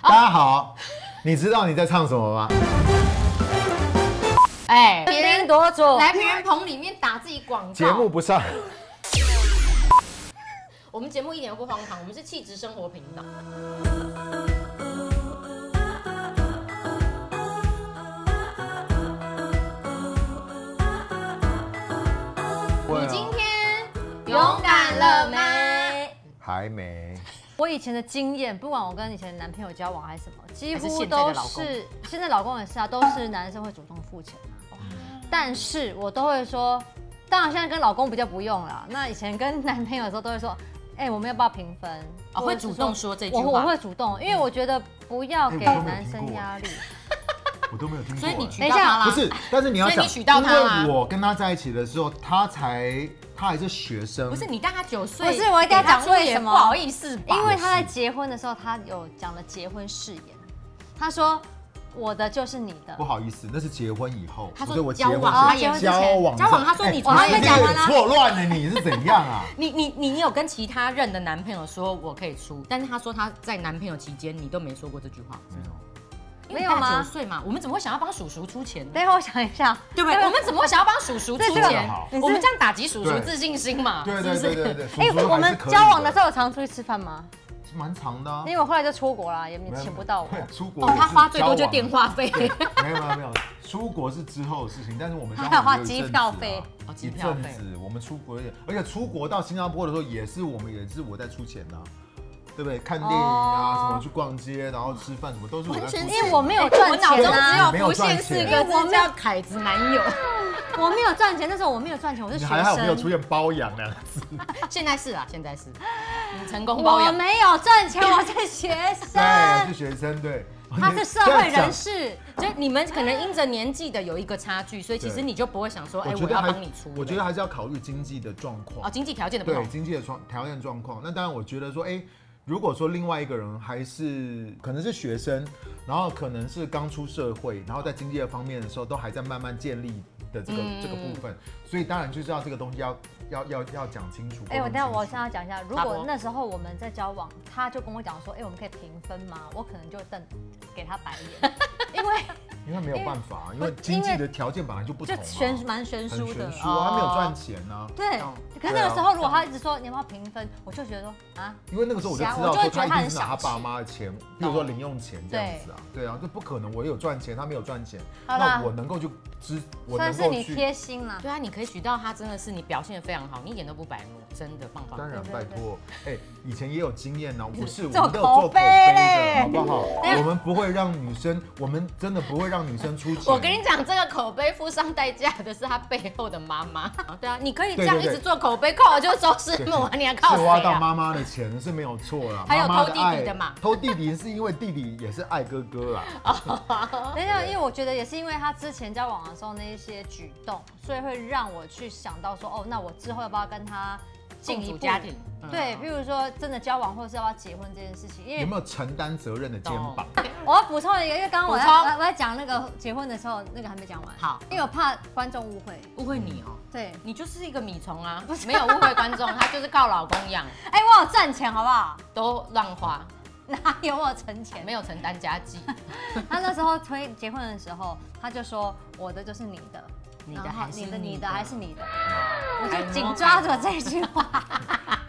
大家好，你知道你在唱什么吗？哎，别人夺主，来别人棚里面打自己广告。节目，不上，我们节目一点都不荒唐，我们是气质生活频道。啊你今天勇敢了没？还没。我以前的经验，不管我跟以前的男朋友交往还是什么，几还是乎现在的都老公是现在老公也是啊，都是男生会主动付钱啊。嗯但是我都会说，当然现在跟老公比较不用啦。那以前跟男朋友的时候都会说，哎、我们要不要平分？哦或者会是主动说这句我话嗯我会主动，因为我觉得不要给哎我都没有男听生过压力。我都没有听过所以你哎娶到他啦？不是，但是你要所想，以你娶到他啦因为我跟他在一起的时候，他才他还是学生，不是你大他九岁，不是我一定要讲给他出为什么也不好意思哎吧？因为他在结婚的时候，他有讲了结婚誓言，他说我的就是你的不。好意思，那是结婚以后。他说不是我结婚交往哦他也交往交往他说你哎我还没你讲完啊错乱了，你是怎样 啊？你你你你有跟其他任的男朋友说我可以出，但是他说他在男朋友期间你都没说过这句话，啊没有，因为没有你大吗九岁嘛，我们怎么会想要帮叔叔出钱呢？等一会儿我想一下，对不对？我们怎么会想要帮叔叔出这这个钱好？我们这样打击叔叔对自信心嘛？对是不对是对对对。哎、叔叔我还是们可以交往的时候有常出去吃饭吗？蛮长的啊，因为我后来就出国啊啦，也没有啊请不到我。对出国哦，他花也是最交往啊多就电话费。对没有没有没有，出国是之后的事情，但是我们他交还有花往有一机阵子票啊费哦机一票阵费子我们出国也，而且出国到新加坡的时候也是我们也是我在出钱呐、对不对？看电影啊，哦什么去逛街，然后吃饭什么都是我啊在出钱。因为我没有赚哎我脑钱中只啊，有浮现四你没个有赚钱字叫凯子男友，我没有赚钱，那时候我没有赚钱，我是你学还好没有出生。现包养 两个字， 现在是啊，现在是，你成功包我养。没有赚钱，我是学 对，是生，学生对。他是社会人士，士。就你们可能因着年纪的有一个差距，所以其实对你就不会想说，哎、我觉我得要还帮你出。我觉得还是要考虑经济的状况哦，。经济条件的不对同，经济的状条件状况。那当然，我觉得说，哎、如果说另外一个人还是可能是学生，然后可能是刚出社会，然后在经济的方面的时候都还在慢慢建立的这个、嗯这个部分，所以当然就知道这个东西要要要要讲哦清楚。哎、沟我通等一下清楚我想要讲一下，如大伯果那时候我们在交往，他就跟我讲说，哎、我们可以平分吗？我可能就瞪给他白 眼，因为因为没有办法，啊因为因为经济的条件本来就不就同嘛，啊悬蛮悬很殊悬的。殊啊，他没有哦赚钱啊。对懂，可是那个时候如果他一直说你要不要平分，我就觉得说啊，因为那个时候我就知我道就说会觉他得一他定很是拿他小爸气妈的钱，比如说零用钱这样子啊，对啊，这不可能，我有赚钱，他没有赚钱，好啦那我能够去支，我算能是够你去，贴心啦。对啊，你可以娶到他，真的是你表现的非常好，你一点都不白目，真的棒棒。当然对拜对对托，哎，以前也有经验呢，我是我做们都有做口口碑碑嘞哎的，好不 好？我们不会让女生，我们真的不会让女生出钱。我跟你讲，这个口碑付上代价的是他背后的妈妈。啊对啊，你可以这样对一对对直做口碑，扣我就是周师母啊，你还靠是谁挖到啊？妈妈的钱是没有错啦，还有妈妈偷弟弟爱的嘛偷弟弟是因为弟弟也是爱哥哥啊 啦，没有，因为我觉得也是因为他之前交往的时候那一些举动，所以会让我去想到说，哦，那我之后要不要跟他进进一一步家庭？，对，嗯比如说真的交往，或是要不要结婚这件事情，因有没为有承担责嗯任的肩膀？我要补充一个，因为刚刚我在补充我在我在讲那个结婚的时候，那个还没讲完。好因为我怕观众误会。误会你嗯哦，对，你就是一个米虫 啊，没有误会观众，他就是靠老公养，哎，我有赚钱好不好？都乱花，哪有我有存钱？没有承担家 计。他那时候推结婚的时候，他就说我的就是你的，你的然后还是你的你你的的哦还是你的，我我就紧抓着这句话。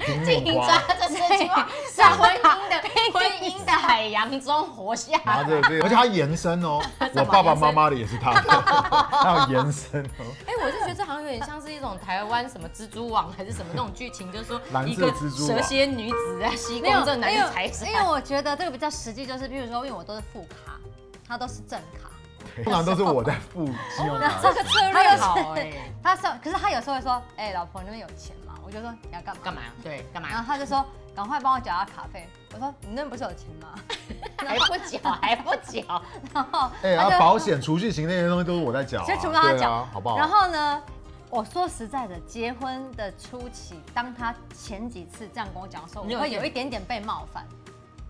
平紧木抓瓜着这 句话，在婚姻的婚姻的海洋中活下 拿来。着这个，而且它延伸哦，我爸爸妈妈的也是他的，它 有延伸哦。哎、我就觉得这好像有点像是一种台湾什么蜘蛛网还是什么那种剧情，就是说蓝色一个蜘蛛网蛇蝎女子啊，西没有宫，这男因的财为因为神。我觉得这个比较实际，就是譬如说，因为我都是副卡，他都是正卡， 通常都是我在哦付信用啊卡这个策他略有好哎、 他说，可是他有时候会说，哎、老婆你那边有钱吗？我就说你要干嘛？干嘛？对，干然嘛？后他就说，赶快帮我缴下卡费。我说你那边不是有钱吗？ 还不缴，还不缴，然后哎，然后保险、储蓄型那些东西都是我在缴啊，其实除了他对讲啊，好不好？然后呢，我说实在的，结婚的初期，当他前几次这样跟我讲的时候，你有我会有一点点被冒犯，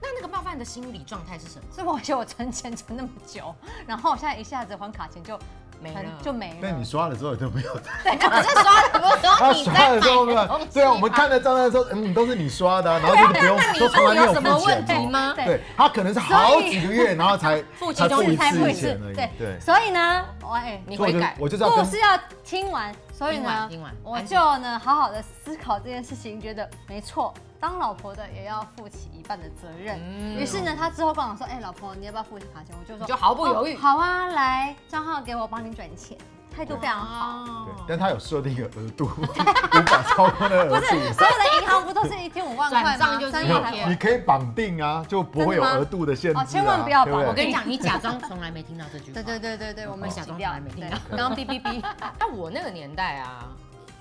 那那个冒犯的心理状态是什么？所以我觉得我存钱存那么久，然后我现在一下子还卡钱就没很了，就没但了你。刷了之后都没有，我是刷了，不是他说你刷在了之后没买有，对啊，我们看了账单之后，嗯，都是你刷的啊，然后就不用，都从来没啊有什么付问钱题哦。吗？对对他可能是好几个月，然后才付其才 中付一一次次次钱而已。对对，所以呢，我哎，你所以悔我就改，我就是要故跟事要听完，所以听完呢听完，我就呢好好的思考这件事情，觉得没错，当老婆的也要负起一半的责任。嗯于是呢，他之后跟我说：“哎、老婆，你要不要付一些卡钱？”我就你说：“就毫不犹豫哦。好啊，来，账号给我，帮你转钱。”态度非常好。对哦，但他有设定一个额度， 无法超过那个额不是，度。所有的银行不都是一天五万块吗？转账就是三没有万还天你可以绑定啊，就不会有真的吗额度的限制啊。哦千万不要绑对对我跟你讲，你假装从来没听到这句话。对哦对对对对，我们假装洗掉从来没听对到刚刚哔哔 哔，那我那个年代啊，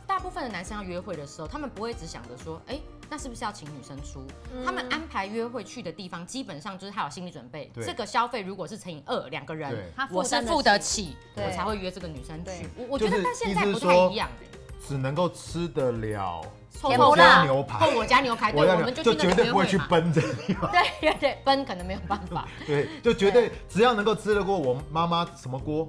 大部分的男生要约会的时候，他们不会只想着说，哎、那是不是要请女生出？他们安排约会去的地方，基本上就是他有心理准备，对这个消费如果是乘以二，两个人对，他我负是担得付得起，对我才会约这个女生去对。我我就觉得是跟现在意思不是太说一样、哎只能够吃得了臭甜豆不我腐辣家牛排或，我家牛排，对，要我们就就去那绝边对约不会会去嘛。奔这里吧。对对对，分可能没有办法。 对，就绝对只要能够吃得过我妈妈什么锅，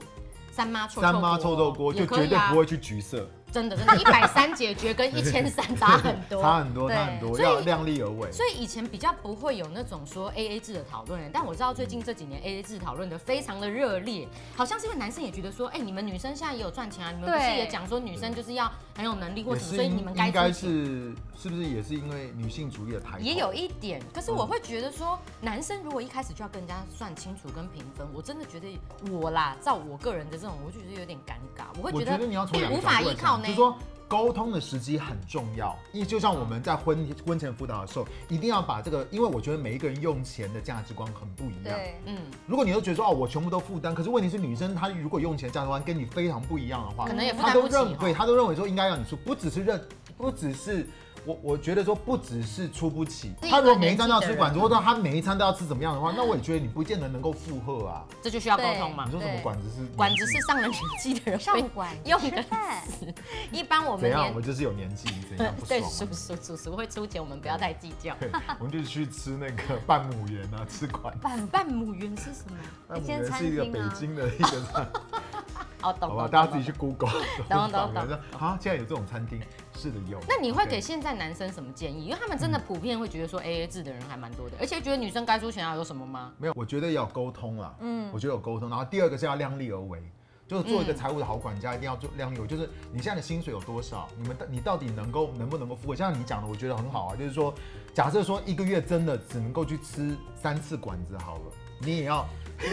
三妈臭三妈臭豆锅，也就可绝以对啊不，会去橘色，真的真的，一百三解决跟一千三差很 多，差很多，对差很多，所以要量力而为。所以以前比较不会有那种说 A A 制的讨论，但我知道最近这几年 A A 制讨论的非常的热烈，好像是因为男生也觉得说，哎、你们女生现在也有赚钱啊，你们不是对也讲说女生就是要很有能力或也什么，是所以应你们该应该出钱。是是不是也是因为女性主义的抬头？也有一点，可嗯是我会觉得说，男生如果一开始就要跟人家算清楚跟平分，我真的觉得我啦，照我个人的这种，我就觉得有点尴尬，我会我觉觉得哎得你要从两个无角法度依来靠讲，呢就是。说沟通的时机很重要。因为就像我们在婚婚前辅导的时候，一定要把这个，因为我觉得每一个人用钱的价值观很不一样。对，嗯，如果你都觉得说哦，我全部都负担，可是问题是女生她如果用钱价值观跟你非常不一样的话，可能也负她担啊都不起认哦。对，她都认为说应该让你出，不只是认，不只是。我我觉得说不只是出不起，是一个她如果每一餐都要年纪吃的啊管子，或者她每一餐都要吃怎么样的 话，那我也觉得你不见得能够负荷啊。这就需要沟通嘛你。说什么对管子是管子是上了年纪的人会上馆用吃的饭，一般我们怎样？我年就是有年纪，怎样不呃 对爽啊吗？叔叔叔叔会出钱，我们不要太计较。对， 我们就去吃那个半亩园啊，吃 馆。半半亩园是什么？半一亩间园餐是一个厅北啊京的一个 餐，哦，懂好吧，懂大家自己。懂去 Google。懂 懂然后说啊，现在有这种餐厅，是的有。那你会 OK 给现在男生什么建议？因为他嗯们真的普遍会觉得说 A A 制的人还蛮多的，而且觉得女生该出钱啊，有什么吗？没有？我觉得要有沟通啦，嗯嗯，我觉得有沟通。然后第二个是要量力而为，就是做一个财务的好管家，一定要做量力而为。就是你现在的薪水有多少？你们你到底能够能不能够付？像你讲的，我觉得很好啊，就是说，假设说一个月真的只能够去吃三次馆子好了，你也要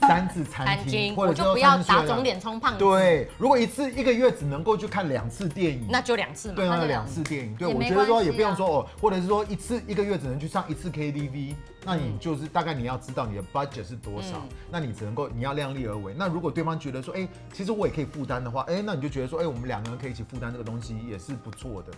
三次餐厅，我就说不要三次打虽然肿脸充嗯胖子，，对，如果一次一个月只能够去看两次电影，那就两次嘛。对，那那就两次电影，对也我没觉得说关系也不用啊说哦，或者是说一次一个月只能去上一次 KTV，那你就是大概你要知道你的 budget 是多少嗯，那你只能够你要量力而为。那如果对方觉得说，哎，其实我也可以负担的话，哎，那你就觉得说，哎，我们两个人可以一起负担这个东西也是不错的。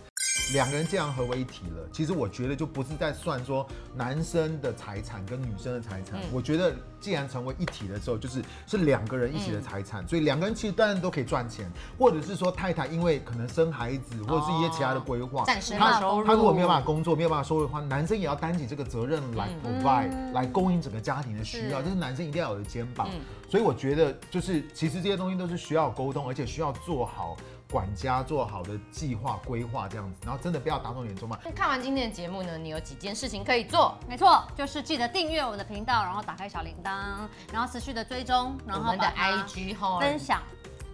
两个人既然合为一体了，其实我觉得就不是在算说男生的财产跟女生的财产。嗯我觉得既然成为一体的时候，就是是两个人一起的财产，所以两个人其实当然都可以赚钱，或者是说太太因为可能生孩子或者是一些其他的规划，暂时没没有办法收入。他如果没有办法工作，没有办法收入的话，男生也要担起这个责任来嗯 provide，、嗯来供应整个家庭的需要，是这是男生一定要有的肩膀。嗯所以我觉得，就是其实这些东西都是需要沟通，而且需要做好管家，做好的计划规划这样子，然后真的不要打肿脸充胖。那看完今天的节目呢，你有几件事情可以做？没错，就是记得订阅我的频道，然后打开小铃铛，然后持续的追踪，然我后们的哦把它 IG 哈，分享。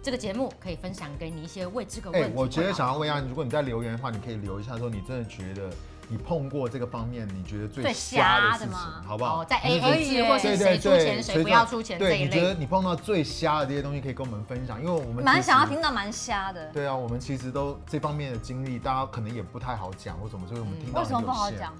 这个节目可以分享给你一些未知的哎、问题。我觉得想要问一啊。下，如果你在留言的话，你可以留一下说你真的觉得你碰过这个方面，你觉得最最瞎瞎的的事情，吗好不好？哦，在你 A 觉得 A 制或是对谁对出对，钱谁不要出钱这对，一你觉得类，你碰到最瞎的这些东西，可以跟我们分享，因为我们蛮其实想要听到蛮瞎的，对啊，我们其实都这方面的经历，大家可能也不太好讲或什么，所以我们听到为什么很不有好限讲？？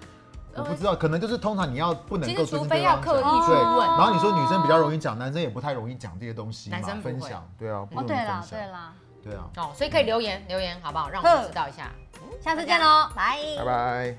呃我不知道，可能就是通常你要不能其够实尊敬除非对要方刻意讲去对问，然后你说女生比较容易讲，男生也不太容易讲这些东西嘛，男生不会分享，对啊，不哦，容易对分啦，享对，啦，对啊，哦，所以可以留言留言好不好？让我们知道一下。下次见喽，拜。拜拜。